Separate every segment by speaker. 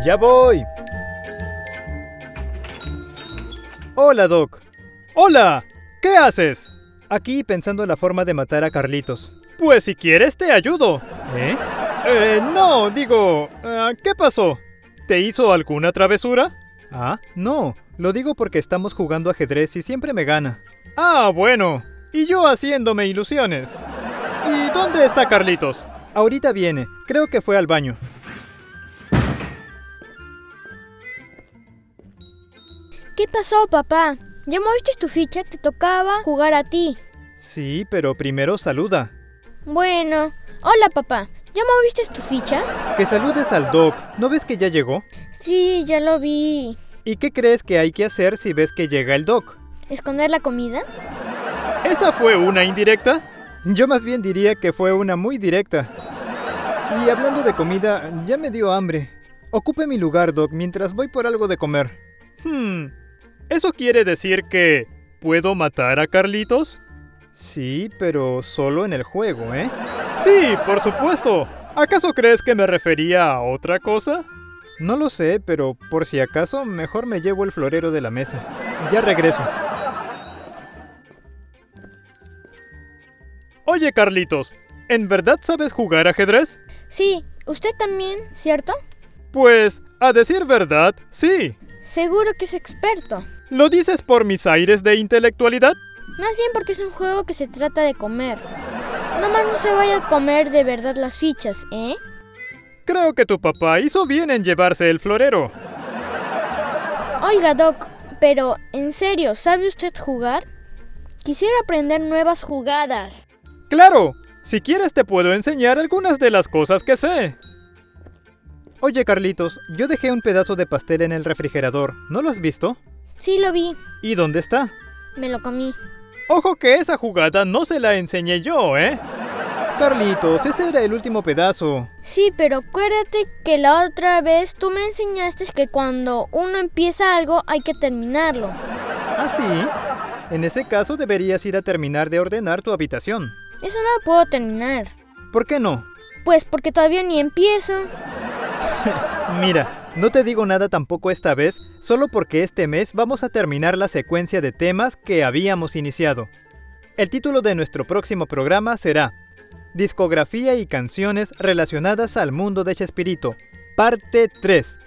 Speaker 1: Ya voy. Hola, Doc.
Speaker 2: Hola, ¿qué haces?
Speaker 1: Aquí pensando la forma de matar a Carlitos.
Speaker 2: Pues si quieres te ayudo.
Speaker 1: ¿Eh?
Speaker 2: Eh, no, digo, eh, ¿qué pasó? ¿Te hizo alguna travesura?
Speaker 1: Ah, no. Lo digo porque estamos jugando ajedrez y siempre me gana.
Speaker 2: Ah, bueno. Y yo haciéndome ilusiones. ¿Y dónde está Carlitos?
Speaker 1: Ahorita viene. Creo que fue al baño.
Speaker 3: ¿Qué pasó, papá? Ya moviste tu ficha, te tocaba jugar a ti.
Speaker 1: Sí, pero primero saluda.
Speaker 3: Bueno, hola, papá. ¿Ya moviste tu ficha?
Speaker 1: Que saludes al Doc. ¿No ves que ya llegó?
Speaker 3: Sí, ya lo vi.
Speaker 1: ¿Y qué crees que hay que hacer si ves que llega el Doc?
Speaker 3: ¿Esconder la comida?
Speaker 2: ¿Esa fue una indirecta?
Speaker 1: Yo más bien diría que fue una muy directa. Y hablando de comida, ya me dio hambre. Ocupe mi lugar, Doc, mientras voy por algo de comer.
Speaker 2: Hmm. ¿Eso quiere decir que puedo matar a Carlitos?
Speaker 1: Sí, pero solo en el juego, ¿eh?
Speaker 2: Sí, por supuesto. ¿Acaso crees que me refería a otra cosa?
Speaker 1: No lo sé, pero por si acaso, mejor me llevo el florero de la mesa. Ya regreso.
Speaker 2: Oye, Carlitos, ¿en verdad sabes jugar ajedrez?
Speaker 3: Sí, usted también, ¿cierto?
Speaker 2: Pues, a decir verdad, sí.
Speaker 3: Seguro que es experto.
Speaker 2: ¿Lo dices por mis aires de intelectualidad?
Speaker 3: Más bien porque es un juego que se trata de comer. Nomás no se vaya a comer de verdad las fichas, ¿eh?
Speaker 2: Creo que tu papá hizo bien en llevarse el florero.
Speaker 3: Oiga, Doc, pero en serio, ¿sabe usted jugar? Quisiera aprender nuevas jugadas.
Speaker 2: Claro, si quieres te puedo enseñar algunas de las cosas que sé.
Speaker 1: Oye, Carlitos, yo dejé un pedazo de pastel en el refrigerador. ¿No lo has visto?
Speaker 3: Sí, lo vi,
Speaker 1: ¿Y dónde está?
Speaker 3: me lo comí.
Speaker 2: Ojo que esa jugada no se la enseñé yo, ¿eh?
Speaker 1: Carlitos, ese era el último pedazo.
Speaker 3: Sí, pero acuérdate que la otra vez tú me enseñaste que cuando uno empieza algo hay que terminarlo.
Speaker 1: ¿Ah, sí? En ese caso deberías ir a terminar de ordenar tu habitación.
Speaker 3: Eso no lo puedo terminar.
Speaker 1: ¿Por qué no?
Speaker 3: Pues porque todavía ni empiezo.
Speaker 1: Mira, no te digo nada tampoco esta vez, solo porque este mes vamos a terminar la secuencia de temas que habíamos iniciado. El título de nuestro próximo programa será Discografía y canciones relacionadas al mundo de Chespirito, parte 3.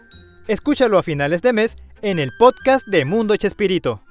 Speaker 1: Escúchalo a finales de mes en el podcast de Mundo Chespirito.